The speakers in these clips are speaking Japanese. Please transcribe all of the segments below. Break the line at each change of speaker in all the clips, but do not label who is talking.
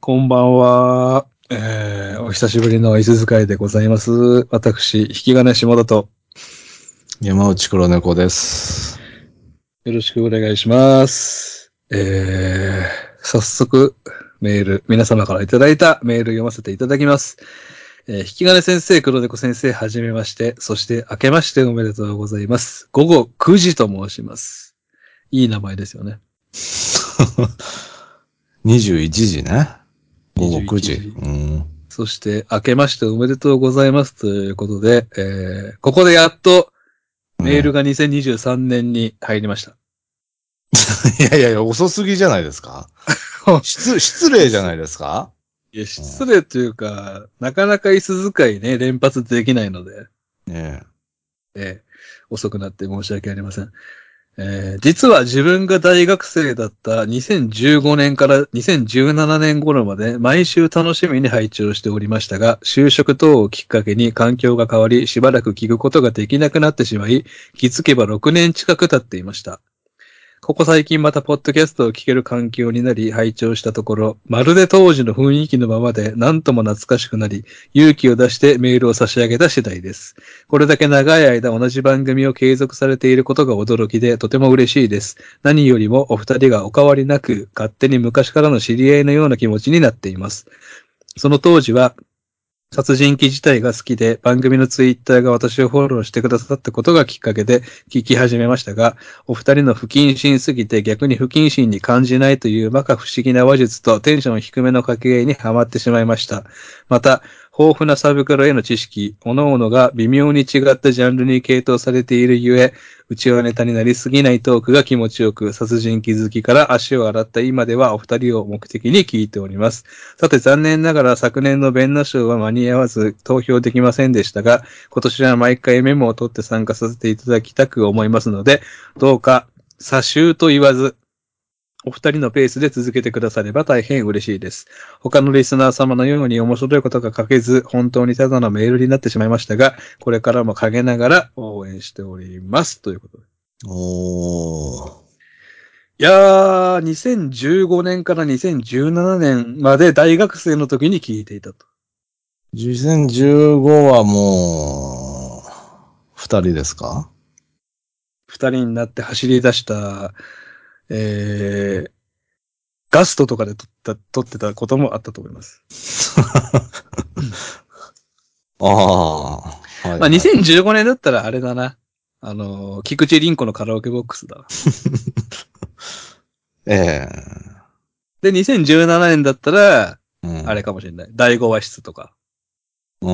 こんばんは。えー、お久しぶりの椅子使いでございます。私、引き金下田と、
山内黒猫です。
よろしくお願いします。えー、早速、メール、皆様からいただいたメール読ませていただきます。えー、引き金先生、黒猫先生、はじめまして、そして、明けましておめでとうございます。午後9時と申します。いい名前ですよね。
21時ね。午後9時。
21時
うん。
そして、明けましておめでとうございますということで、えー、ここでやっと、メールが2023年に入りました。
いやいやいや、遅すぎじゃないで すか失失礼じゃないですか
いや、失礼というか、なかなか椅子使いね、連発できないので、
ね
えー遅くなって申し訳ありません。えー実は自分が大学生だった2015年から2017年頃まで毎週楽しみに配置をしておりましたが、就職等をきっかけに環境が変わり、しばらく聞くことができなくなってしまい、気づけば6年近く経っていました。ここ最近またポッドキャストを聞ける環境になり、拝聴したところ、まるで当時の雰囲気のままで何とも懐かしくなり、勇気を出してメールを差し上げた次第です。これだけ長い間同じ番組を継続されていることが驚きでとても嬉しいです。何よりもお二人がお変わりなく勝手に昔からの知り合いのような気持ちになっています。その当時は殺人鬼自体が好きで番組のツイッターが私をフォローしてくださったことがきっかけで聞き始めましたが、お二人の不謹慎すぎて逆に不謹慎に感じないという摩訶不思議な話術とテンション低めの掛け合いにはまってしまいました。また、豊富なサブクロへの知識、各々が微妙に違ったジャンルに系統されているゆえ、うちはネタになりすぎないトークが気持ちよく、殺人鬼好きから足を洗った今ではお二人を目的に聞いております。さて残念ながら昨年の弁護賞は間に合わず投票できませんでしたが、今年は毎回メモを取って参加させていただきたく思いますので、どうか、差集と言わず、お二人のペースで続けてくだされば大変嬉しいです。他のリスナー様のように面白いことが書けず、本当にただのメールになってしまいましたが、これからも陰ながら応援しております。ということで。
え。お
い
ー。
やー、2015年から2017年まで大学生の時に聞いていたと。
2015はもう、二人ですか
二人になって走り出した、えー、ガストとかで撮った、撮ってたこともあったと思います。
ああ。はいはい
まあ、2015年だったらあれだな。あのー、菊池凛子のカラオケボックスだわ。
え
で、2017年だったら、
えうん
あれかもしれない。第5話室とか。
うん。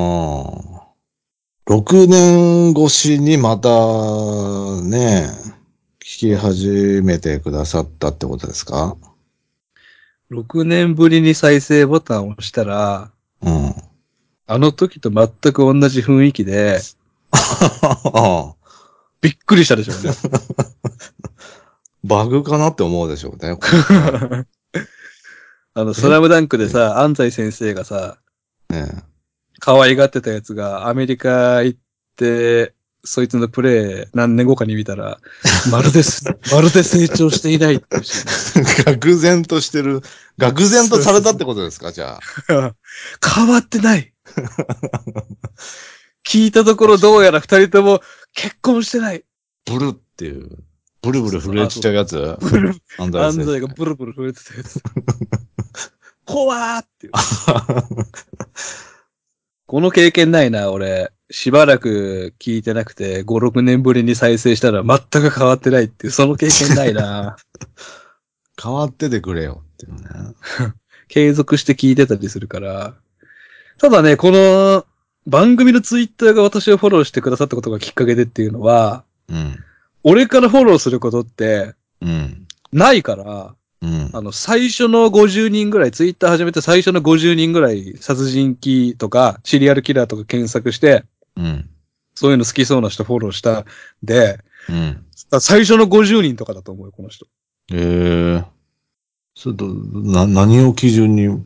6年越しにまた、ね、聞き始めてくださったってことですか
6年ぶりに再生ボタンを押したら、
うん。 あ
あの時と全く同じ雰囲気で、
あ
びっくりしたでしょうね。
バグかなって思うでしょうね。
あの、スラムダンクでさ、安西先生がさ、
ね
可愛がってたやつがアメリカ行って、そいつのプレイ何年後かに見た ら、まるです、まるで成長していないっていうシーン
愕然としてる、愕然とされたってことですかじゃあ。
変わってない聞いたところどうやら二人とも結婚してない
ブルっていう。ブルブル震えちゃうやつ
ブル
安西
安
先生
西がブルブル震えてたやつ。怖ーっていう。この経験ないな、俺。しばらく聞いてなくて、5、6年ぶりに再生したら全く変わってないっていう、その経験ないな。
変わっててくれよっていうね。
継続して聞いてたりするから。ただね、この番組のツイッターが私をフォローしてくださったことがきっかけでっていうのは、
うん。
俺からフォローすることって
うん。
ないから、
うん。
あの、最初の50人ぐらい、ツイッター始めて最初の50人ぐらい、殺人鬼とか、シリアルキラーとか検索して、
うん。
そういうの好きそうな人フォローしたんで、
うん。
だ最初の50人とかだと思うよ、この人。
ええそれと、な、何を基準に好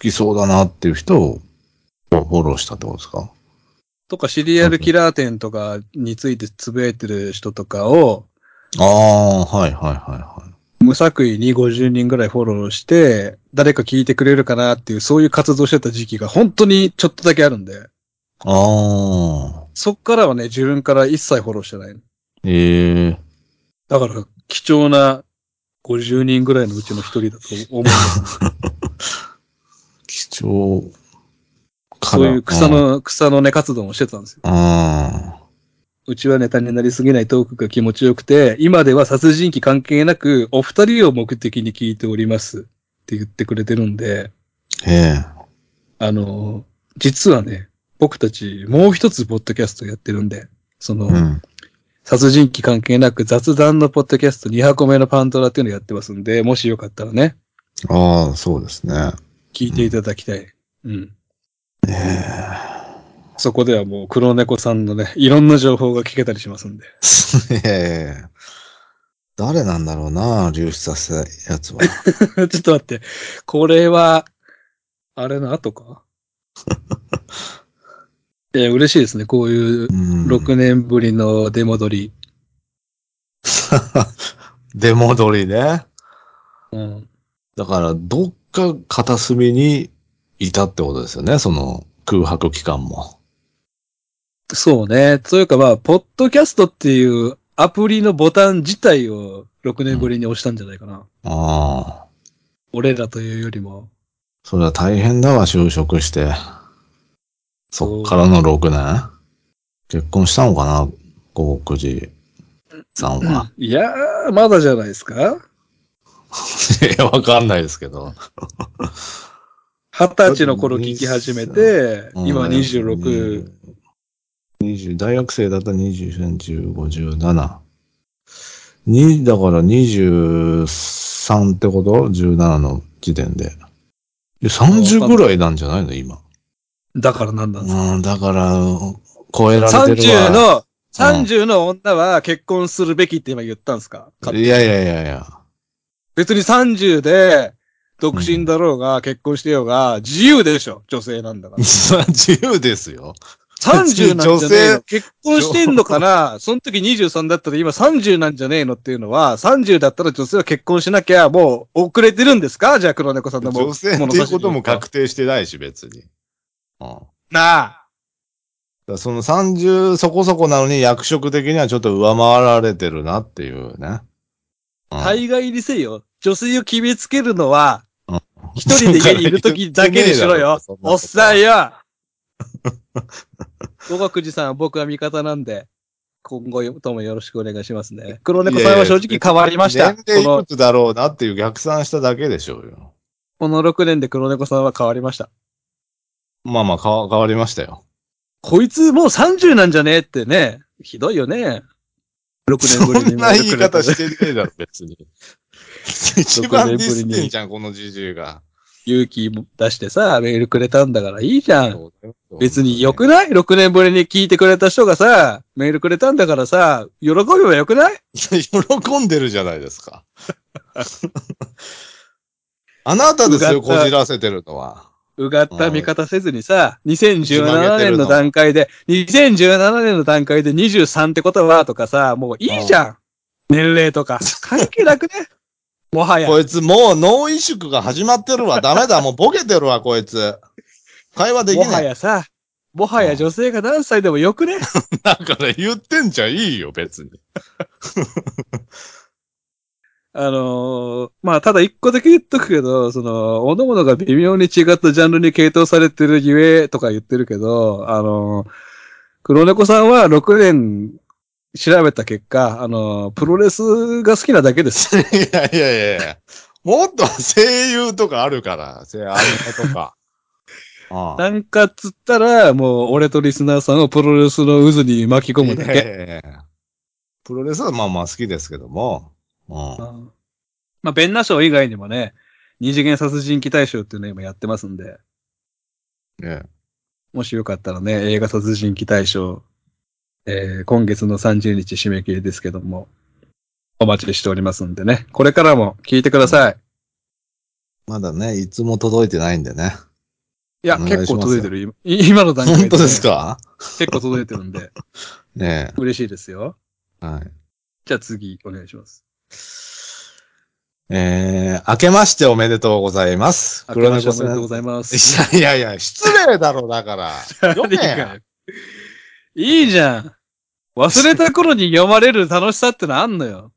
きそうだなっていう人をフォローしたってことですか
とか、シリアルキラー店とかについてつぶやいてる人とかを、
ああ、はいはいはいは
無作為に50人ぐらいフォローして、誰か聞いてくれるかなっていう、そういう活動してた時期が本当にちょっとだけあるんで、
ああ。
そっからはね、自分から一切フォローしてないの。
ええ。
だから、貴重な50人ぐらいのうちの一人だと思うんだけど
貴重か
そ
な。
ういう草の、草の根活動もしてたんですよ。
うん。あ
うちはネタになりすぎないトークが気持ちよくて、今では殺人鬼関係なく、お二人を目的に聞いておりますって言ってくれてるんで、
あ。え
あの、実はね、僕たちもう一つポッドキャストやってるんで、その、
え。うん。
殺人鬼関係なく雑談のポッドキャスト2箱目のパンドラっていうのやってますんで、もしよかったらね、
ああ、そうですね。
聞いていただきたい。うん。
ええ。
そこではもう黒猫さんのね、いろんな情報が聞けたりしますんで。
いやいやいや誰なんだろうな、流出させたやつは。
ちょっと待って。これは、あれの後 かいや、嬉しいですね。こういう
うん。
6年ぶりの出戻り。
出戻りね。
うん。
だから、どっか片隅にいたってことですよね、その空白期間も。
そうね。というかまあ、ポッドキャストっていうアプリのボタン自体を6年ぶりに押したんじゃないかな。
ああ。
俺らというよりも。
それは大変だわ、就職して。そっからの6年結婚したのかな、五九時さんは。
いやー、まだじゃないですか
いやわかんないですけど。
二十歳の頃聞き始めて、今26、。
20、大学生だったら23、57。に、だから23ってこと ?17 の時点で。え30ぐらいなんじゃないの今。
だからなんだ
うん、だから、超えられてる
30
わ。
の、30の女は結婚するべきって今言ったんですか
うんいやいやいやいや。
別に30で、独身だろうが、結婚してようが、自由でしょ女性なんだから。
自由ですよ。
30なんじゃねえ
女
の結婚してんのかなその時23だったら今30なんじゃねえのっていうのは、30だったら女性は結婚しなきゃもう遅れてるんですかじゃあ黒猫さんのも
女性っていうことも確定してないし、別に。うん。
なあ。
だからその30そこそこなのに役職的にはちょっと上回られてるなっていうね。うん
大概にせよ。女性を決めつけるのは
うん、
一人で家にいる時だけにしろよ
そん。なこと
おっさん よ五岳寺さんは僕は味方なんで、今後ともよろしくお願いしますね。黒猫さんは正直変わりました。
年齢い
この
く、つだろうなっていう逆算しただけでしょうよ。
この6年で黒猫さんは変わりました。
まあまあ変わ変わりましたよ。
こいつもう30なんじゃねえってね、ひどいよね。6年
そ
ぶりに
んな言い
今
方
6年
してねえだろ、別に。一番ディスってんじゃん、このじじいが。
勇気出してさ、メールくれたんだからいいじゃん。別に良く
い
ない ?6 年ぶりに聞いてくれた人がさ、メールくれたんだからさ、喜びは良くない
喜んでるじゃないですか。あなたですよ、
うがっ
こ
た
じらせてるのは。
うがった見方せずにさ、2017
げて
年
る
の
の
段階で、2017年の段階で23ってことは、とかさ、もういいじゃん。年齢とか。関係なくねもはや。
こいつもう脳萎縮が始まって るわ。ダメだ。もうボケてるわ、こいつ。会話でき
もは
ない。
やさ、もはや女性が何歳でもよくね
だから言ってんじゃいいよ、別に。
あのーまあ、ただ一個だけ言っとくけど、その、おののが微妙に違ったジャンルに系統されてるゆえとか言ってるけど、あのー黒猫さんは6年調べた結果、あのープロレスが好きなだけです。
いやいやいやいやもっと声優とかあるから、声優アニメとか。 あ
なんかっつったら、もう俺とリスナーさんをプロレスの渦に巻き込むだ
いや
け。
いやいやいやプロレスはまあまあ好きですけども。うん
うんまあ、ベンナ賞以外にもね、二次元殺人鬼大賞っていうのを今やってますんで、
ね
もしよかったらね、映画殺人鬼大賞、えー今月の30日締め切りですけども、お待ちしておりますんでね、これからも聞いてください。
まだね、いつも届いてないんでね。
いや、
お願い
結
します
構届いてる、今い今の段階
本当です
ね
か
結構届いてるんで、
ね
嬉しいですよ。
え。はい。
じゃあ次、お願いします。
えー、明けましておめでとうございます。
あけましてお
さ
め
ん
でとうございます。
いやいやいや、失礼だろ、だから。読 め
何がいいじゃん。忘れた頃に読まれる楽しさってのあんのよ。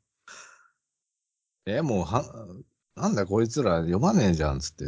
え、もう、は、なんだこいつら読まねえじゃん、つって、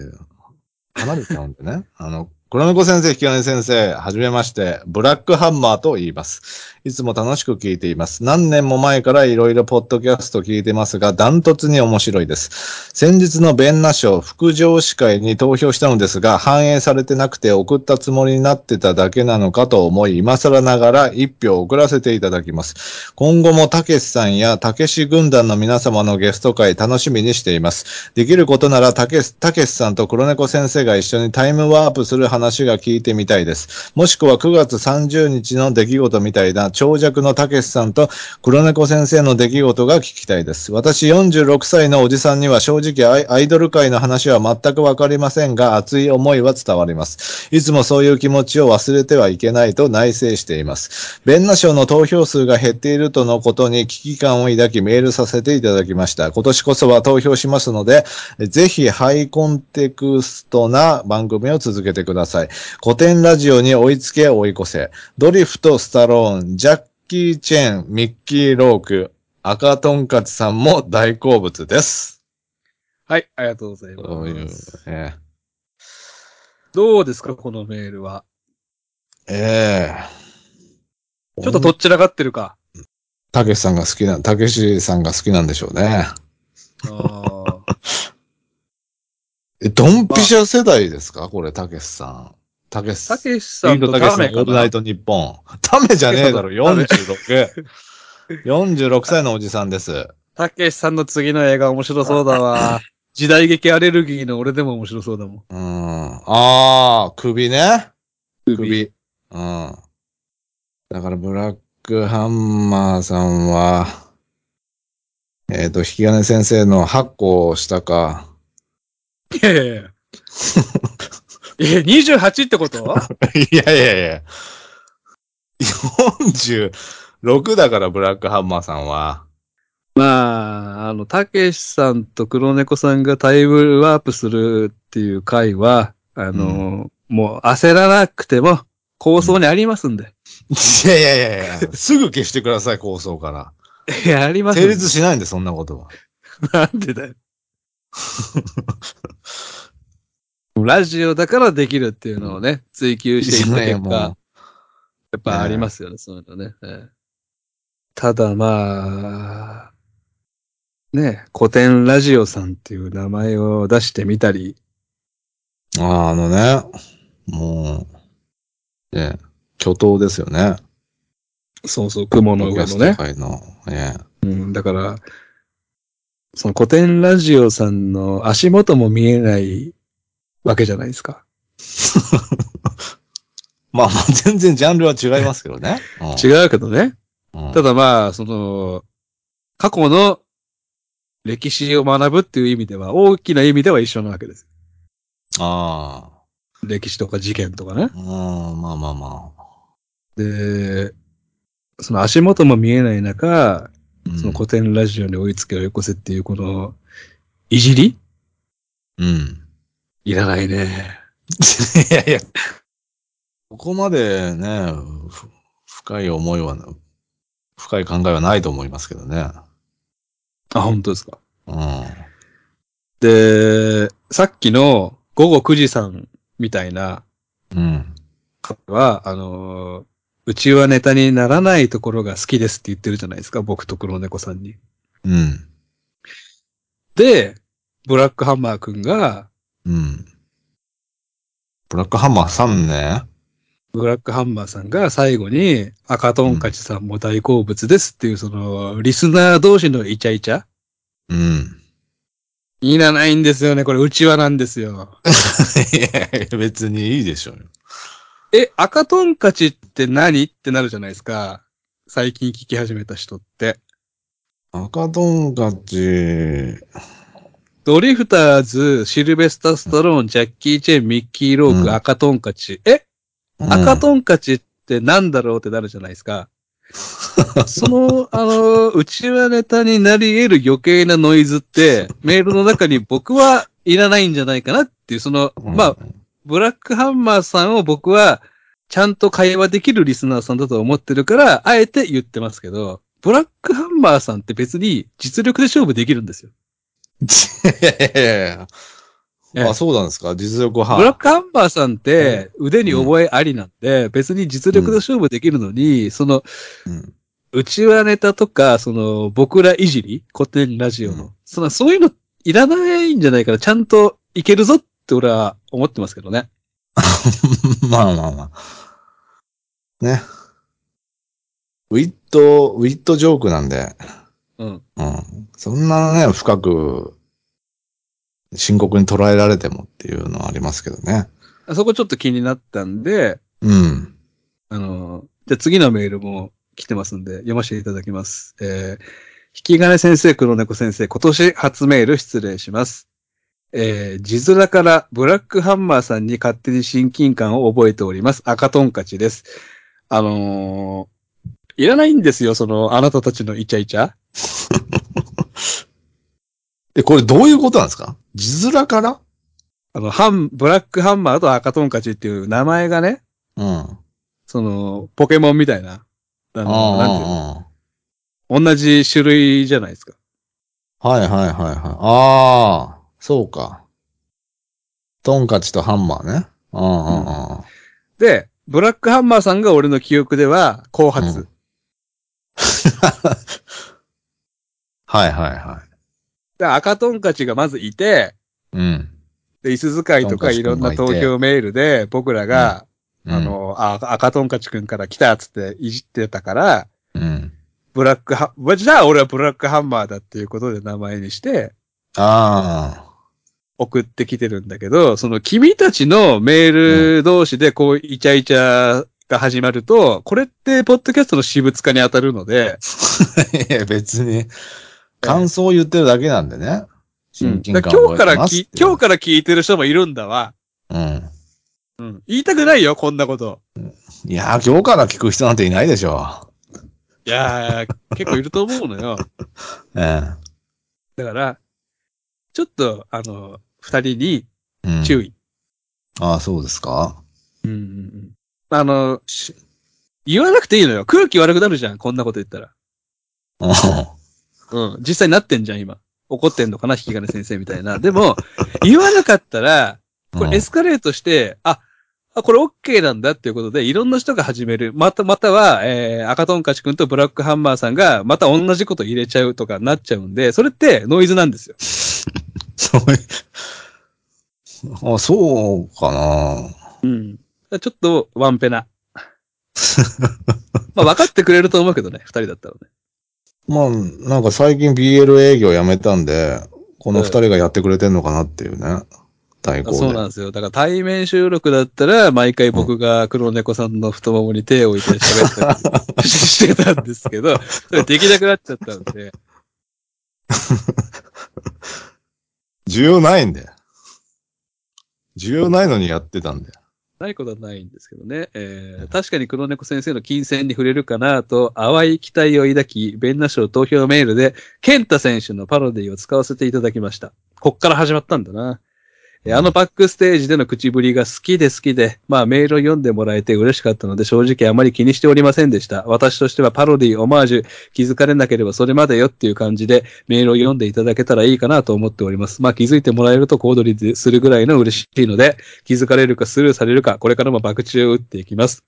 離れちゃうんでね。 あの、黒猫先生、引き金先生、はじめまして、ブラックハンマーと言います。いつも楽しく聞いています。何年も前からいろいろポッドキャスト聞いてますが、ダントツに面白いです。先日のベンナ賞副上司会に投票したのですが、反映されてなくて送ったつもりになってただけなのかと思い、今更ながら一票送らせていただきます。今後もたけしさんやたけし軍団の皆様のゲスト会楽しみにしています。できることならたけし、たけしさんと黒猫先生が一緒にタイムワープする話が聞いてみたいです。もしくは9月30日の出来事みたいな長尺のたけしさんと黒猫先生の出来事が聞きたいです。私46歳のおじさんには正直アイアイドル界の話は全くわかりませんが、熱い思いは伝わります。いつもそういう気持ちを忘れてはいけないと内省しています。ベンナ賞の投票数が減っているとのことに危機感を抱きメールさせていただきました。今年こそは投票しますので、ぜひハイコンテクストな番組を続けてください。古典ラジオに追いつけ追い越せ。ドリフとスタローン、ジャッキー・チェン、ミッキー・ローク、赤トンカツさんも大好物です。
はい、ありがとうござい
そういう
ま
ね
す。
え
どうですか、このメールは。
え
ちょっとどっちらかってるか。
たけしさんが好きな、たけしさんが好きなんでしょうね。
あー
え、ドンピシャ世代ですかこれ、たけしさん。たけし。
たけし
ビ
さん
ート
と
たけし
ダ
さ
メ
ん、オ
か
ールナ
な
イ。トニッポン。ダメじゃねえだろ、46。46歳のおじさんです。
たけしさんの次の映画面白そうだ わ。時代劇アレルギーの俺でも面白そうだもん。
うん。あー、首ね。首。うん。だから、ブラックハンマーさんは、えっ、と、引き金先生の8個をしたか。
いやいやいや。え、28って こと
いやいやいや。46だから、ブラックハンマーさんは。
まあ、あの、たけしさんと黒猫さんがタイムワープするっていう回は、あの、もう焦らなくても構想にありますんで。
いやいやいやいや、 すぐ消してください、構想から。
いや、ありますん
成
で
立しないんで、そんな ことは。
なんでだよ。ラジオだからできるっていうのをね、追求していった
いや
結
も
果、や
う
っぱありますよね、そういうのね。ええただまあ、ね、古典ラジオさんっていう名前を出してみたり、
ああのね、もう、ね、巨頭ですよね。
そうそう、雲の上のね。
界の、ね。
うん、だから、その古典ラジオさんの足元も見えないわけじゃないですか。
まあ まあ、全然ジャンルは違いますけど ね。
違うけどね。
うん。うん
ただまあ、その、過去の歴史を学ぶっていう意味では、大きな意味では一緒なわけです。
ああ。
歴史とか事件とかね。
うん、まあまあまあ。
で、その足元も見えない中、
うん
その古典ラジオに追いつけ追い越せっていうこの、いじり
うん。
いらないね。
いやいや。ここまでね、ふ深い思いはな、深い考えはないと思いますけどね。
あ、本当ですか。
うん。
で、さっきの午後9時さんみたいな
うん。
方は、あのーうちはネタにならないところが好きですって言ってるじゃないですか、僕と黒猫さんに。
うん。
で、ブラックハンマーくんが、
うん。ブラックハンマーさんね。
ブラックハンマーさんが最後に赤トンカチさんも大好物ですっていう、その、リスナー同士のイチャイチャ
うん。
いらないんですよね、これ、うちわなんですよ。
いや、別にいいでしょうよ。
え、赤トンカチって何ってなるじゃないですか。最近聞き始めた人って。
赤トンカチ。
ドリフターズ、シルベスター・スタローン、ジャッキー・チェン、ミッキー・ローク、
うん
赤トンカチ。え、赤
ン
トンカチってなんだろうってなるじゃないですか。その、あの、内輪ネタになり得る余計なノイズって、メールの中に僕はいらないんじゃないかなっていう、その、まあ、ブラックハンマーさんを僕は、ちゃんと会話できるリスナーさんだと思ってるから、あえて言ってますけど、ブラックハンマーさんって別に実力で勝負できるんですよ。
あ
ええ
あ、そうなんですか実力
ブラッ
派。
クハンマーさんって腕に覚えありなんで、別に実力で勝負できるのに、その、
うん
うちわネタとか、その、僕らいじり、古典ラジオの、
うん
そのそういうのいらないんじゃないから、ちゃんといけるぞって俺は思ってますけどね。
まあまあまあ。ね。ウィット、ウィットジョークなんで、
うん。
うん。そんなね、深く、深刻に捉えられてもっていうのはありますけどね。
そこちょっと気になったんで、
うん。
あの、じゃあ次のメールも来てますんで、読ませていただきます。えー、引き金先生、黒猫先生、今年初メール失礼します。えー、字面からブラックハンマーさんに勝手に親近感を覚えております。赤トンカチです。あのーいらないんですよ、その、あなたたちのイチャイチャ。
え、これどういうことなんですか字面から
あの、ハン、ブラックハンマーと赤トンカチっていう名前がね、
うん。あ
その、ポケモンみたいな、あ
あ
の、なんていうの
あ
同じ種類じゃないですか。
あはいはいはいはい。ああ、そうか。トンカチとハンマーね。ああああ、あ
で、ブラックハンマーさんが俺の記憶では、後発。
うんあはいはいは
で赤トンカチがまずいて、
い。うん。
で、イス使いとか
トンカチ
いろんな
君がいて
投票メールで、僕らが、
うん
あ、の、あ、赤トンカチくんから来たっつっていじってたから、
うん。
ブラックハン、まじゃあ俺はブラックハンマーだっていうことで名前にして、
ああ、
送ってきてるんだけど、その君たちのメール同士でこう、イチャイチャが始まると、これってポッドキャストの私物化に当たるので、
いや別に、感想を言ってるだけなんでね。
うん
親近
だ
感
から今日から
を覚えてます
き、今日
か
から聞いてる人もいるんだわ。
ら。うん。
うん。言いたくないよ、こんなこと。
いやー、今日から聞く人なんていないでしょ
いやー、結構いると思うのよ。
う。え
だから、ちょっと、あの、二人に
え。うん、
注意。
ああ、そうですか
うん。うんうんあの、言わなくていいのよ。空気悪くなるじゃん、こんなこと言ったら。
うん
うん。実際なってんじゃん、今。怒ってんのかな、引き金先生みたいな。でも、言わなかったら、これエスカレートして、あ、あ、これ OK なんだっていうことで、いろんな人が始める。また、または、えー、赤トンカチ君とブラックハンマーさんが、また同じこと入れちゃうとかなっちゃうんで、それってノイズなんですよ。
そういうあ、そうかな
うん。ちょっと、ワンペナ。まあ、分かってくれると思うけどね、二人だったらね。
まあ、なんか最近 BL 営業やめたんで、この二人がやってくれてんのかなっていうね。対抗で。
そうなんですよ。だから対面収録だったら、毎回僕が黒猫さんの太ももに手を置いて喋ったりしてたんですけど、それできなくなっちゃったんで、
需要ないんで。需要ないのにやってたんで。
ないことはないんですけどね。えー確かに黒猫先生の金銭に触れるかなと、淡い期待を抱き、弁ナ賞投票メールで、健太選手のパロディを使わせていただきました。こっから始まったんだな。えーあのバックステージでの口ぶりが好きで好きで、まあメールを読んでもらえて嬉しかったので正直あまり気にしておりませんでした。私としてはパロディ、オマージュ、気づかれなければそれまでよっていう感じでメールを読んでいただけたらいいかなと思っております。まあ気づいてもらえると小躍りするぐらいの嬉しいので、気づかれるかスルーされるか、これからも爆中を打っていきます。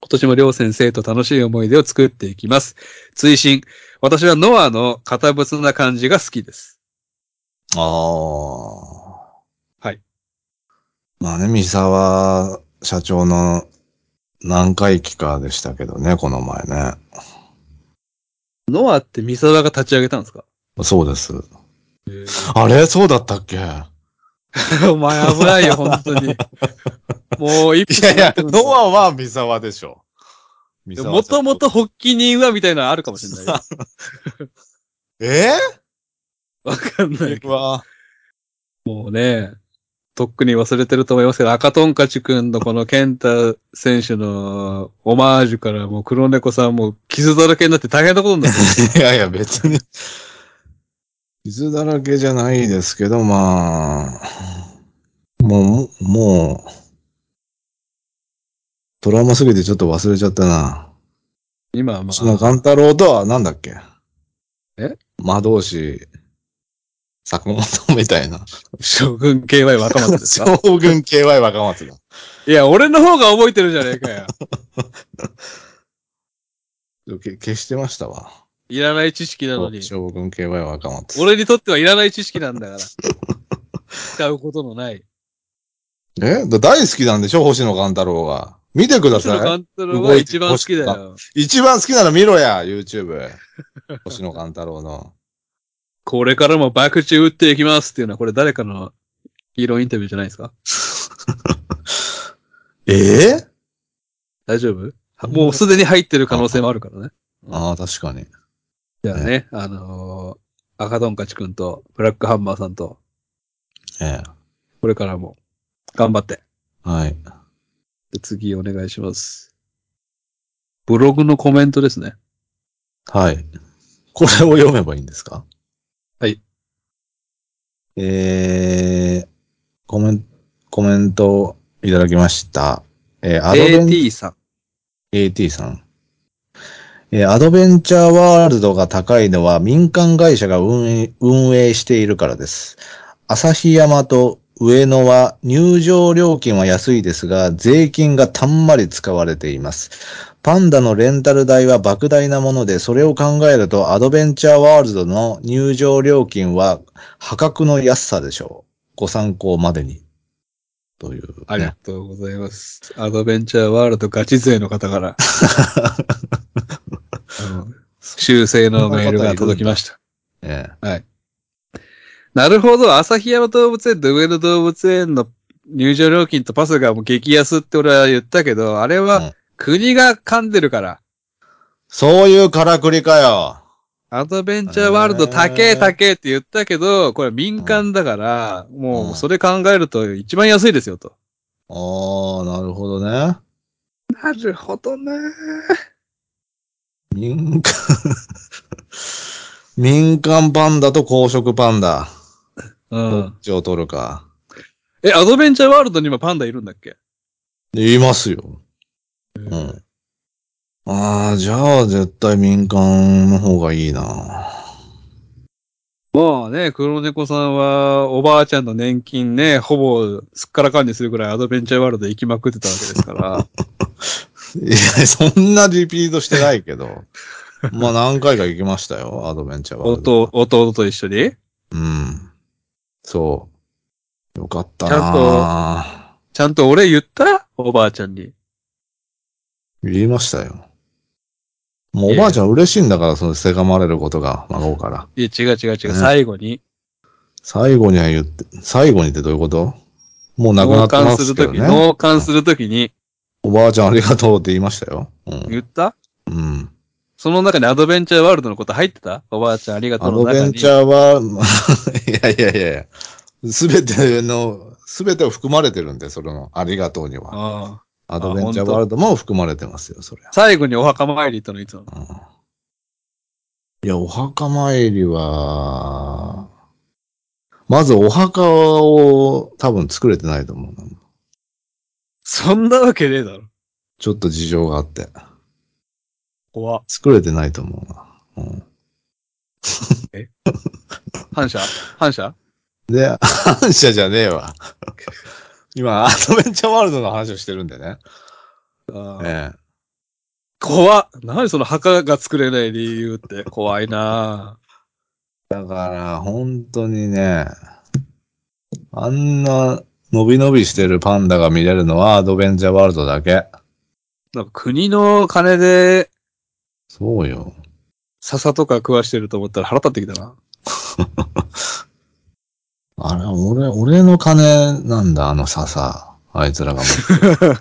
今年も両先生と楽しい思い出を作っていきます。追伸、私はノアの堅物な感じが好きです。
ああ。
はい。
まあね、三沢社長の何回忌かでしたけどね、この前ね。
ノアって三沢が立ち上げたんですか
そうです。あれそうだったっけいや
お前危 ないよ、本当に。もう一
いや、ノアは三沢でしょ。三沢社長
もともと発起人はみたいなのあるかもしれ ないよ。
え
わかんないけ
うわ
ど。もうね、とっくに忘れてると思いますけど、赤トンカチ君のこの健太選手のオマージュからもう黒猫さんもう傷だらけになって大変なことになってる。
いやいや、別に。傷だらけじゃないですけど、まあ、もう、もう、トラウマすぎてちょっと忘れちゃったな。
今はま
その
あ、
ガン太郎とはなんだっけ
え
魔導士、坂本みたいな。
将軍 KY 若松ですか
将軍 KY 若松だ。
いや、俺の方が覚えてるじゃねえかよ。
け消してましたわ。
いらない知識なのに。
将軍 KY 若松。
俺にとってはいらない知識なんだから。使うことのない。
えだ大好きなんでしょ星野勘太郎が。見てくだ
星野
さ
勘太郎が一番好きだよ。
い。一番好きなら見ろや、YouTube。星野勘太郎の。
これからも爆打打っていきますっていうのは、これ誰かのヒーローインタビューじゃないですか
ええ
大丈夫もうすでに入ってる可能性もあるからね。
ああ、確かに。
じゃあね、あのー赤ドンカチ君と、ブラックハンマーさんと、
ええ。
これからも頑張って。
はい。
で次お願いします。ブログのコメントですね。
はい。これを読めばいいんですか
はい。
えー、コメン、コメントをいただきました。えー、アドベン
AT さん。
AT さん。えーアドベンチャーワールドが高いのは民間会社が運営運営しているからです。旭山と上野は入場料金は安いですが、税金がたんまり使われています。パンダのレンタル代は莫大なもので、それを考えるとアドベンチャーワールドの入場料金は破格の安さでしょう。ご参考までに。という、
ありがとうございます。アドベンチャーワールドガチ勢の方 から、あの修正のメールが届きました。
ええ
なるほど、旭山動物園と上野動物園の入場料金とパスがもう激安って俺は言ったけど、あれ
う
は
ん
国が噛んでるから、
そういうからくりかよ。
アドベンチャーワールド高
へ
え
ー
高えって言ったけど、これ民間だから、
う
もうんそれ考えると一番安いですよと。
ああ、なるほどね。
なるほどね。
民間、民間パンダと公職パンダ。
う
ど
ん
っ。ちを取るか。
え、アドベンチャーワールドに今パンダいるんだっけ
いますよ。うん。ああ、じゃあ絶対民間の方がいいな。
もうね、黒猫さんは、おばあちゃんの年金ね、ほぼすっからかんにするくらいアドベンチャーワールド行きまくってたわけですから。
いや、そんなリピートしてない けど。まあ何回か行きましたよ、アドベンチャーワールド。
弟、弟と一緒に。
うん。そう。よかった
ちゃ
な。
ちゃんと俺言ったおばあちゃんに。
言いましたよ。もうおばあちゃん嬉しいんだから、そのせがまれることが、孫から。
いや、違う違う違う、
ね
最後に。
最後には言って、最後にってどういうこともう亡くな
納
ってま
棺す
す
る
け
と
ど
き、
ね。
納棺するときに、
おばあちゃんありがとうって言いましたよ。うん。
言った
うん、
その中にアドベンチャーワールドのこと入ってたおばあちゃんありがと
ア
うの
ド
中に。
ベンチャーは、 いやいやいやいや、すべての、すべてを含まれてるんで、それの、ありがとうには。
ああ
アドベンチャーワールドも含まれてますよ、それ。
最後にお墓参り行ったのいつなの
うんいや、お墓参りは、まずお墓を多分作れてないと思うな。
そんなわけねえだろ。
ちょっと事情があって。
怖っ。
作れてないと思うな。うん
反射反射
で、反射じゃねえわ。 今、アドベンチャーワールドの話をしてるんでね。
ああ
ええ、
怖っ何その墓が作れない理由って怖いな
だから、本当にね、あんな、伸び伸びしてるパンダが見れるのはアドベンチャーワールドだけ。
ぁなんか国の金で
そうよ。
笹とか食わしてると思ったら腹立ってきたな。
あれ、俺、俺の金なんだ、あの笹。あいつらがも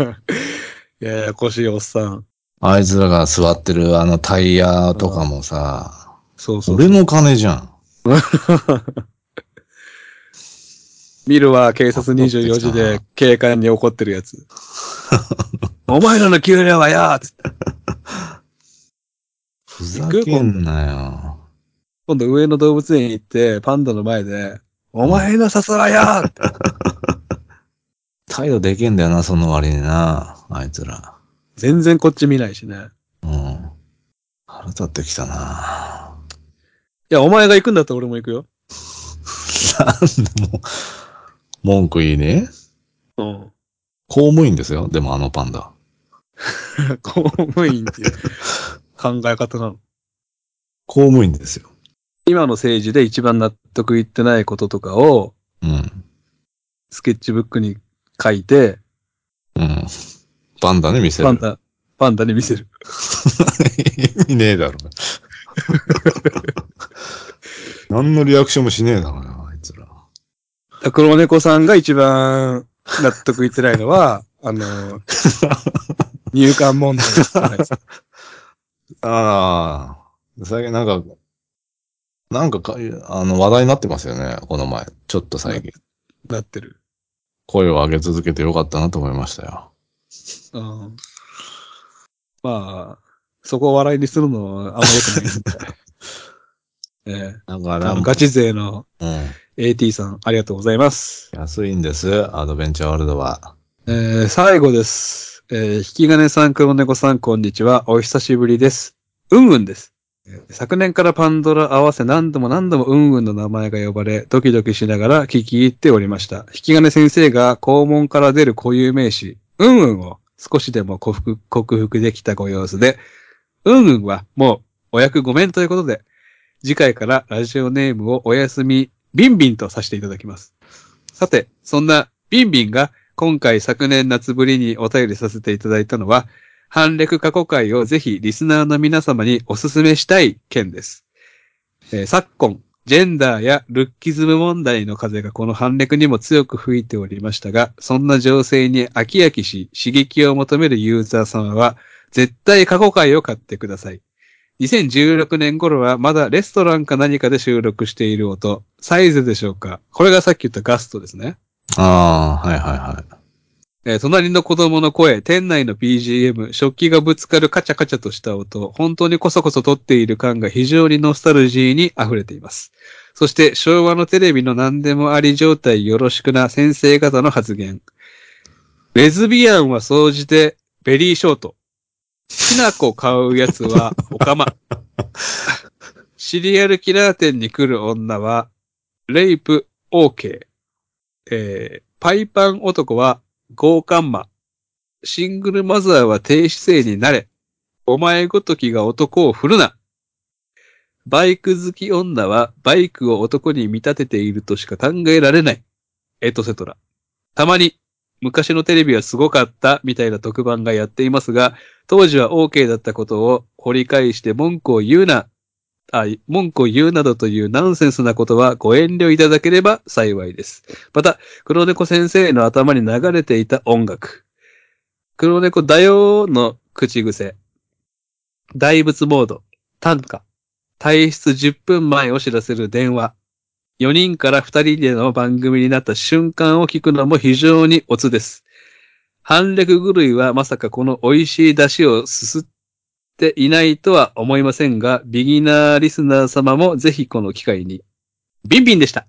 う、
ややこしいおっさん。
あいつらが座ってるあのタイヤとかもさ、
そうそう。
俺の金じゃん。
見るわ、警察24時で警官に怒ってるやつ。 お前らの給料はやーつって
ふざけんな
今度上野動物園行って、パンダの前で、お前のさすがやーって
よ。態度でけんだよな、その割にな。あいつら。
全然こっち見ないしね。
うん。腹立ってきたな。
いや、お前が行くんだったら俺も行くよ。
なんでも、文句いいね。
うん。
公務員ですよ。でもあのパンダ。
公務員っていう 考え方なの。
公務員ですよ。
今の政治で一番納得いってないこととかを、
うん。
スケッチブックに書いて、
うん。パンダね、見せる。
パンダ、パンダに見せる。
意味ねえだろ。何のリアクションもしねえだろうな、あいつら。
だから黒猫さんが一番納得いってないの は、あの、入管問題じゃないですか。
ああ、最近なんか、なんかか、あの、話題になってますよね、この前。ちょっと最近。
なってる。
声を上げ続けてよかったなと思いましたよ。
うん。まあ、そこを笑いにするのはあんま良くないですね。え え
だか
あ
ら、
のガチ勢の
うん。
AT さん、ありがとうございます。
安いんです、アドベンチャーワールドは。
えー最後です。えー引き金さん、黒猫さん、こんにちは。お久しぶりです。うんうんです。えー昨年からパンドラ合わせ何度も何度もうんうんの名前が呼ばれ、ドキドキしながら聞き入っておりました。引き金先生が肛門から出る固有名詞、うんうんを少しでも克服克服できたご様子で、うんうんはもうお役ごめんということで、次回からラジオネームをお休み、ビンビンとさせていただきます。さて、そんなビンビンが今回昨年夏ぶりにお便りさせていただいたのは、反略過去回をぜひリスナーの皆様にお勧めしたい件です。えー昨今、ジェンダーやルッキズム問題の風がこの反略にも強く吹いておりましたが、そんな情勢に飽き飽きし、刺激を求めるユーザー様は、絶対過去回を買ってください。2016年頃はまだレストランか何かで収録している音、サイズでしょうかこれがさっき言ったガストですね。
ああ、はいはいはい。
えー隣の子供の声、店内の BGM、食器がぶつかるカチャカチャとした音、本当にこそこそ撮っている感が非常にノスタルジーに溢れています。そして昭和のテレビの何でもあり状態よろしくな先生方の発言。レズビアンは総じてベリーショート。きなこ買うやつはオカマ。シリアルキラー店に来る女は、レイプ OK。えーパイパン男は強姦魔。シングルマザーは低姿勢になれ。お前ごときが男を振るな。バイク好き女はバイクを男に見立てているとしか考えられない。エトセトラ。たまに、昔のテレビはすごかったみたいな特番がやっていますが、当時は OK だったことを掘り返して文句を言うな、あ、文句を言うなどというナンセンスなことはご遠慮いただければ幸いです。また、黒猫先生の頭に流れていた音楽。黒猫だよーの口癖。大仏モード。短歌。退出10分前を知らせる電話。4人から2人での番組になった瞬間を聞くのも非常にオツです。反略狂いはまさかこの美味しい出汁をすすっていないとは思いませんが、ビギナーリスナー様もぜひこの機会に。ビンビンでした。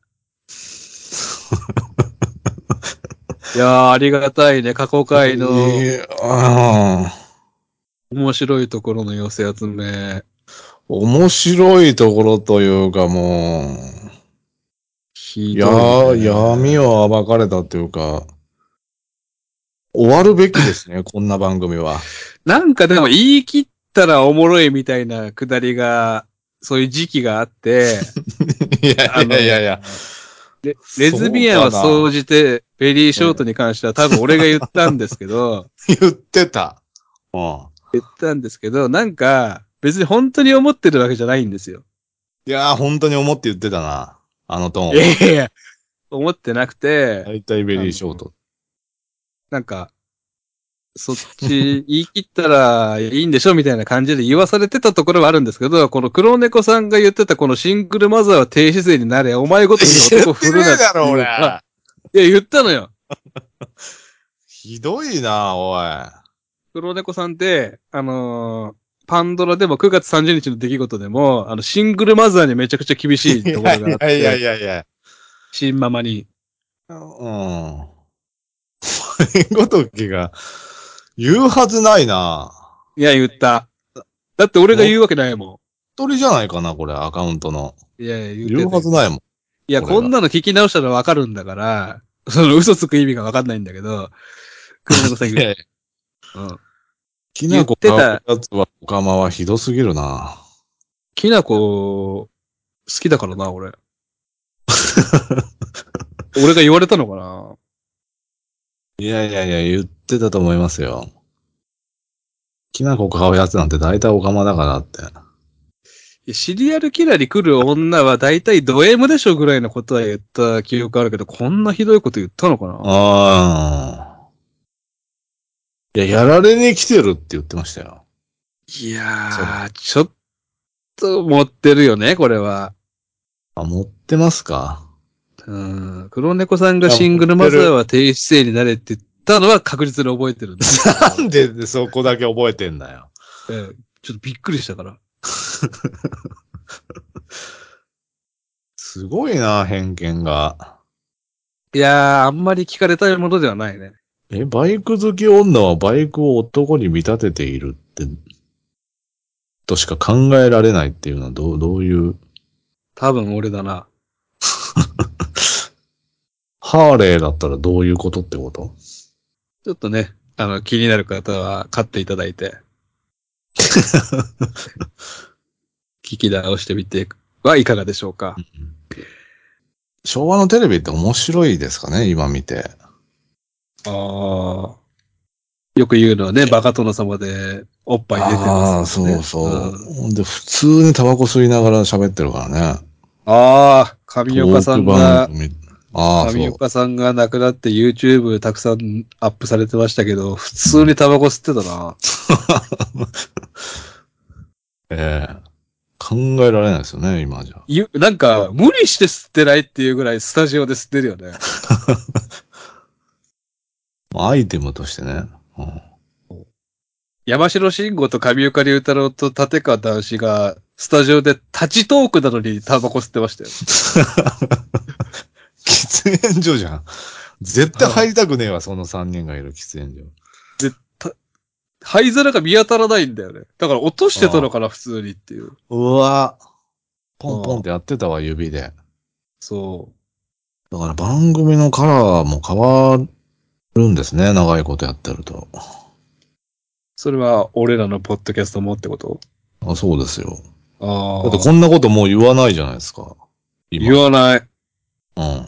いやー、ありがたいね。過去回の
いやあ
面白いところの寄せ集め。
ー面白いところというかもう、
ひ
いや
どい、ね。
ー、闇を暴かれたというか、終わるべきですね、 こんな番組は。
なんかでも言い切ったらおもろいみたいなくだりが、そういう時期があって、
い やいやいやいや。
レレズビアンは総じて、ベリーショートに関しては多分俺が言ったんですけ ど、
言ってた。うん。
言ったんですけど、なんか別に本当に思ってるわけじゃないんですよ。
いやー、本当に思って言ってたな。あのト
いや
ー
い
ン。
やいや、思ってなくて、
大体ベリーショート。
なんか、そっち言い切ったらいいんでしょみたいな感じで言わされてたところはあるんですけど、この黒猫さんが言ってたこのシングルマザーは低姿勢になれ、お前ごときの男を振るなっていうのは。いや、言ったのよ。
ひどいな、おい。
黒猫さんって、あのーパンドラでも9月30日の出来事でも、あの、シングルマザーにめちゃくちゃ厳しいところがあって、
いやいやいや。
新ママに。
うん。 ごときが、言うはずないな。
いや、言った。だって俺が言うわけないも
鳥じゃないかな、これ、アカウントの。
ん。いやいや、言ってた
言うはずないもん。
いや、
これが
こんなの聞き直したらわかるんだから、 その嘘つく意味がわかんないんだけど、黒猫さん言う。うん。
きなこ
言って
やつは、おかまはひどすぎるな。
きなこ、好きだからな、 俺。俺が言われたのかない
やいやいや、言ってたと思いますよ。きなこ買うやつなんて大体オカマだからって。
いやシリアルキラーに来る女は大体ド M でしょぐらいのことは言った記憶あるけど、こんなひどいこと言ったのかな
ああ。いや、やられに来てるって言ってましたよ。
いやー、ちょっと持ってるよね、これは。
あ、持ってますか
うん。黒猫さんがシングルマザーは低姿勢になれって言ったのは確実に覚えてるんだ。
なんでそこだけ覚えてんだよ。
ええちょっとびっくりしたから。
すごいな、偏見が。
いやー、あんまり聞かれたいものではないね。
え、バイク好き女はバイクを男に見立てているって、としか考えられないっていうのはどう、どういう、
多分俺だな。
ハーレーだったらどういうことってこと
ちょっとね、あの、気になる方は買っていただいて。 聞き直してみてはいかがでしょうか。
昭和のテレビって面白いですかね今見て。
ああ。よく言うのはね、バカ殿様でおっぱい出て
ああ、
ます
そ
ね、
うそう。
ん
ほんで、普通にタバコ吸いながら喋ってるからね。
ああ、神岡さんが
トー、ク番組ああ、そ
神
う。
岡さんが亡くなって YouTube たくさんアップされてましたけど、普通にタバコ吸ってたな。
ええ考えられないですよね、今じゃ。
ゆ、なんか、無理して吸ってないっていうぐらいスタジオで吸ってるよね。
アイテムとしてね。うん
山城慎吾と上岡龍太郎と立川男子が、スタジオで立ちトークなのにタバコ吸ってましたよ。
喫煙所じゃん。絶対入りたくねえわ、その3人がいる喫煙所。
灰皿が見当たらないんだよね。だから落としてたのかな、普通にっていう。
うわポンポンってやってたわ、指で。
そ
だから番組のカラーも変わるんですね、長いことやってると。
う。それは、俺らのポッドキャストもってこと
あそうですよ。
あ
だって
あ。
こんなこともう言わないじゃないですか。今。
言わない。
うん。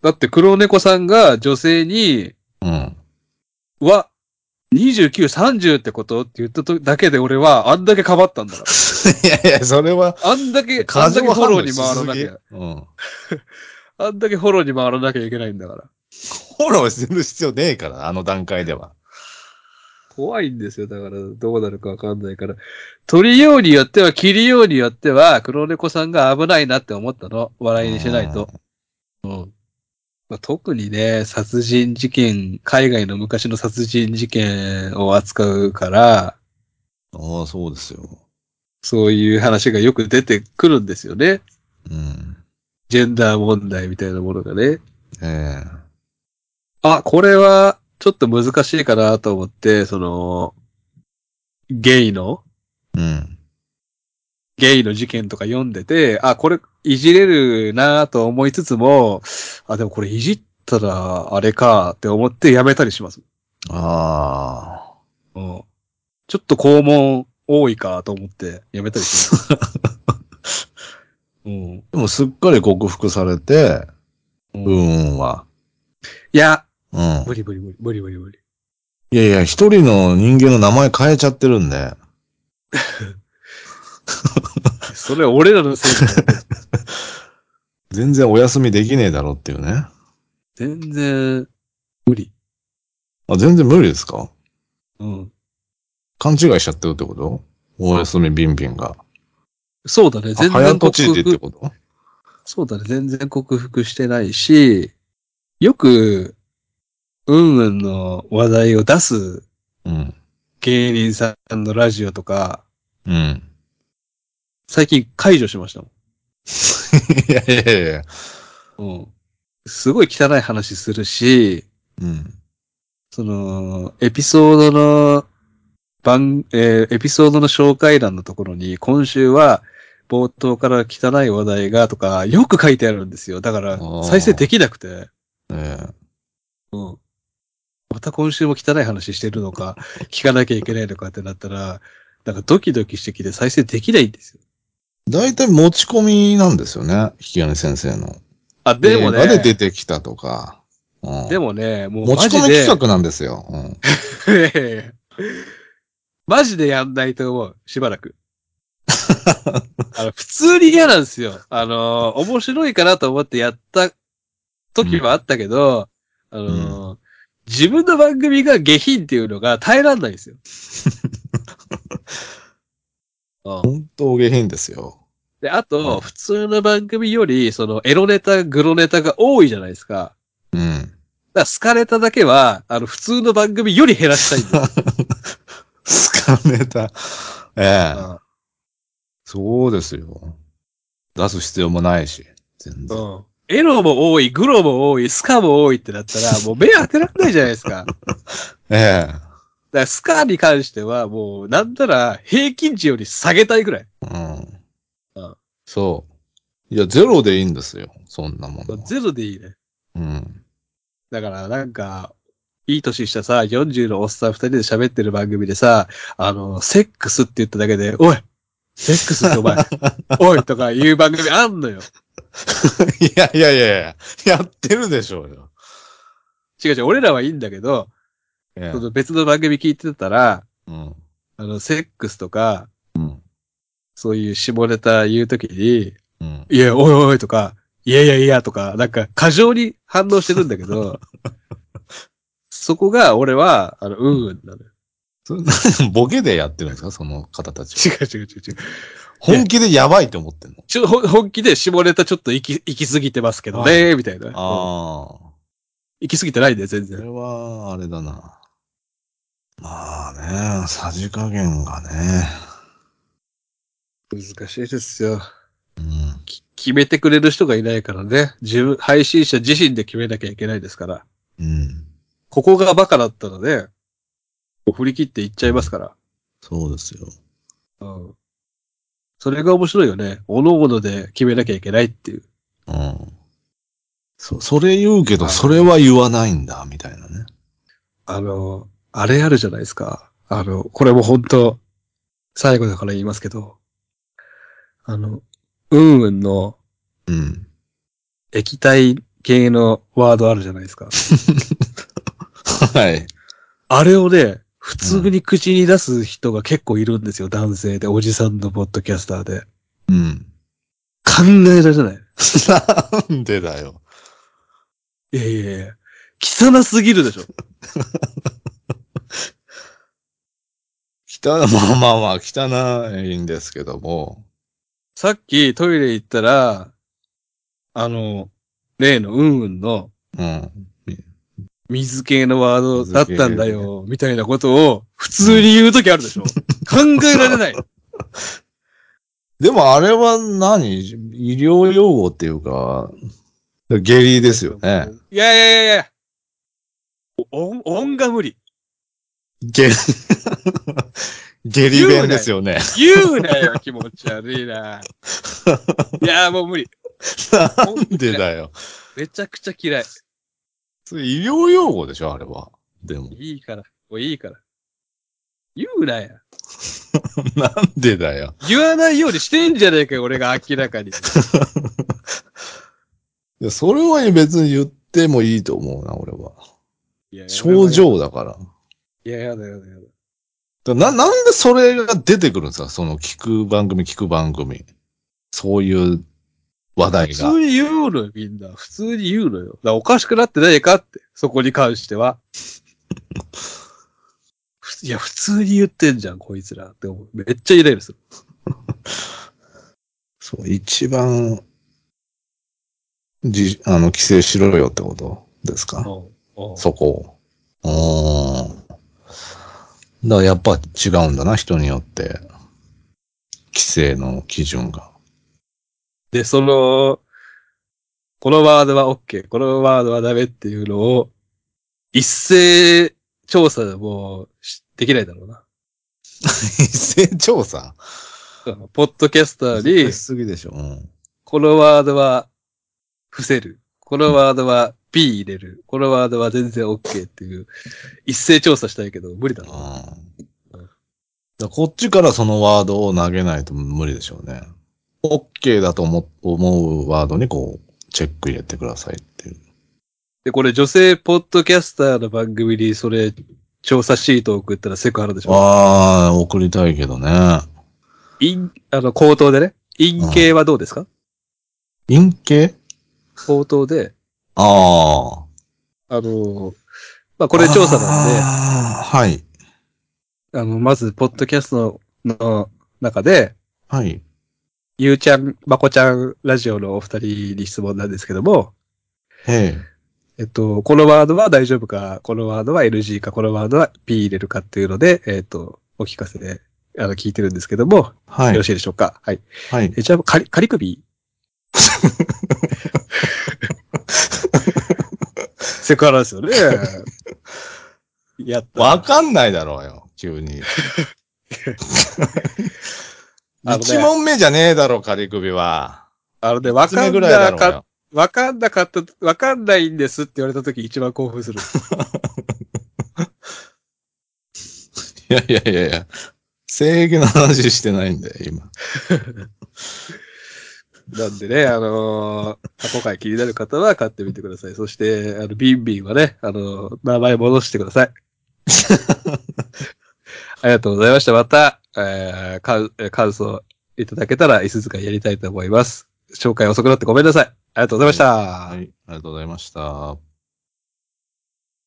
だって黒猫さんが女性に、
うん。
は、29、30ってことって言ったとだけで俺はあんだけかばったんだから。
いやいや、それは、
あんだ け、あ
過
んだ
剰
けフォローに回らなきゃ。
うん。
あんだけフォローに回らなきゃいけないんだから。
フォローする必要ねえから、あの段階では。
怖いんですよ。だから、どうなるかわかんないから。取りようによっては、切りようによっては、黒猫さんが危ないなって思ったの。笑いにしないと。うん。まあ、特にね、殺人事件、海外の昔の殺人事件を扱うから、
ああ、そうですよ。
そういう話がよく出てくるんですよね。
うん。
ジェンダー問題みたいなものがね。
ええ
あ、これは、ちょっと難しいかなと思って、その、ゲイの
うん。
ゲイの事件とか読んでて、あ、これいじれるなと思いつつも、あ、でもこれいじったらあれかって思ってやめたりします。
あ
うん。ちょっと肛門多いかと思ってやめたりします。 うん。
あ。でもすっかり克服されて、
う
うん
い
んは。
や、
うん。
無理無理無理無理無理無理。
いやいや、一人の人間の名前変えちゃってるんで。
それ俺らのせいだよ
全然お休みできねえだろっていうね。
全然無理。
あ、全然無理ですか
うん。
勘違いしちゃってるってことお休みビンビンが。
そうだね。
あ
全
早
然
とちり
克
でって
服。
こと
そうだね。全然克服してないし、よく、うんうんの話題を出す
うん。
芸人さんのラジオとか、
うん。
最近解除しましたも
いやいやいやいや。
ん。うん。すごい汚い話するし、
うん。
その、エピソードの、番、えーエピソードの紹介欄のところに、今週は、冒頭から汚い話題がとか、よく書いてあるんですよ。だから
あ、ー
再生できなくて、
ええ
うん。また今週も汚い話してるの か、聞かなきゃいけないのかってなったら、なんかドキドキしてきて再生できないんですよ。
大体持ち込みなんですよね。引き金先生の。
あ、でも
映画で
ね、
出てきたとか。うん、
でもね、もう
持
マ
ち
ジ
込み
で
企、画なんですよ。うん、
マジでやんないと思う。しばらく。あの普通に嫌なんですよ。あのー面白いかなと思ってやった時はあったけど、あのー自分の番組が下品っていうのが耐えらんないん ですよ。うん
本当下品ですよ。
で、あと、
うん
普通の番組より、その、エロネタ、グロネタが多いじゃないですか。
うん。
だから、好かれただけは、あの、普通の番組より減らしたいんですよ。
スカネタ。ええ
うん
そうですよ。出す必要もないし。全然。
うん。エロも多い、グロも多い、スカも多いってなったら、もう目当てられないじゃないですか。だか
ええ
らスカに関しては、もう、なんなら平均値より下げたいぐらい。
う
うん
ん。そう。いや、ゼロでいいんですよ。そんなもの。
ゼロでいいね。
うん。
だから、なんか、いい年したさ、40のおっさん二人で喋ってる番組でさ、あの、セックスって言っただけで、おいセックスってお前、おいとか言う番組あんのよ。
いやいやいやいや、やってるでしょうよ。
違う違う、俺らはいいんだけど、
ええ
その別の番組聞いてたら、
うん。
あの、セックスとか、
うん。
そういう下ネタ言うときに、
うん。
いや、おいおいとか、いやいやいやとか、なんか過剰に反応してるんだけど、 そこが俺は、あの、うんうんなのよ。
それボケでやってるんですかその方たちは。
違う違う違う違う。
本気でやばいって思ってんの
ちょほ本気で下ネタちょっと行き、行き過ぎてますけどね、みたいな。うん
ああ。
行き過ぎてないんだよ、全
それ
然。
は、あれだな。まあね、さじ加減がね。
難しいですよ。
うん。
き決めてくれる人がいないからね。自分、配信者自身で決めなきゃいけないですから。
うん。
ここがバカだったらね、もう振り切っていっちゃいますから。
そうですよ。
うん。それが面白いよね。おのので決めなきゃいけないっていう。
うん。そ、それ言うけど、
はい
それは言わないんだ、みたいなね。
あの、あれあるじゃないですか。あの、これも本当最後だから言いますけど、あの、うんうんの
うん。
液体系のワードあるじゃないですか。
はい。
あれをね、普通に口に出す人が結構いるんですよ。男性で、おじさんのポッドキャスターで。
うん。
考えられない。
なんでだよ。
いやいやいや、汚すぎるでしょ。
汚、まあまあまあ、汚いんですけども。
さっきトイレ行ったら、あの、例のうんうんの
うん。
水系のワードだったんだよ、みたいなことを普通に言うときあるでしょ考えられない。
でもあれは何医療用語っていうか、下痢 ですよね。
いやいやいやいや。お音音が無理。
下痢、 下痢弁ですよね。
言うなよ、 気持ち悪いな。いや、もう無 理。
なんでだよ。
めちゃくちゃ嫌い。
それ医療用語でしょあれは。でも。
いいから。もういいから。言うなよ。
なんでだよ。
言わないようにしてんじゃねえかよ、俺が明ら かに。
いやそれは別に言ってもいいと思うな、俺は。
いや
症。状だから。
いや、やだやだやだ。
だな、なんでそれが出てくるんですかその聞く番組、聞く番組。そういう話題
普
が。
通に言うのよ、みんな。普通に言うのよ。だからおかしくなってないかって、そこに関しては。 ふいや、普通に言ってんじゃん、こいつらって思う。めっちゃイライラする。
そう、一番、じ、あの、規制しろよってこと。ですか
うんうん
そこを。うーん。だからやっぱ違うんだな、人によって。規制の基準が。
で、その、このワードは OK、このワードはダメっていうのを、一斉調査でもうし、できないだろうな。
一斉調査
うんポッドキャスターに
し、すぎでしょ。うん。
このワードは伏せる。このワードは B 入れる。このワードは全然 OK っていう、一斉調査したいけど、無理だな。
うん。だからこっちからそのワードを投げないと無理でしょうね。OK だと思思うワードにこう、チェック入れてくださいっていう。
で、これ女性ポッドキャスターの番組にそれ、調査シートを送ったらセクハラでしょ
ああ、送りたいけどね。
陰、あの、口頭でね。陰形はどうですか
陰形
口頭で、
ああ。
あのー、まあ、これ調査なんで、あ
あーはい。
の、まず、ポッドキャストの中で、
はい。
ゆうちゃん、まこちゃんラジオのお二人に質問なんですけども、
へ
え
え。
っと、このワードは大丈夫か、このワードは NG か、このワードは P 入れるかっていうので、えっと、お聞かせで、あの、聞いてるんですけども、
は
よ
い
ろし。いでしょうかはい。
はい。
え、じゃあ、仮、仮首セクハラですよね。やった。
わかんないだろうよ、急に。
あのね
一問目じゃねえだろ、仮首は。
あのね、わ
一
か
問目
ん
ぐらいだ
な
ろう
かっ
よ。
わかんなかった、わかんないんですって言われた時一番興奮する。
いやいやいやいや。 正義の話してないんだよ、今。
なんでね、あのー今回気になる方は買ってみてください。そして、あの、ビンビンはね、あのー名前戻してください。ありがとうございました。また、えー、かえー感想いただけたら、いすずかやりたいと思います。紹介遅くなってごめんなさい。ありがとうございました。
はい、ありがとうございました。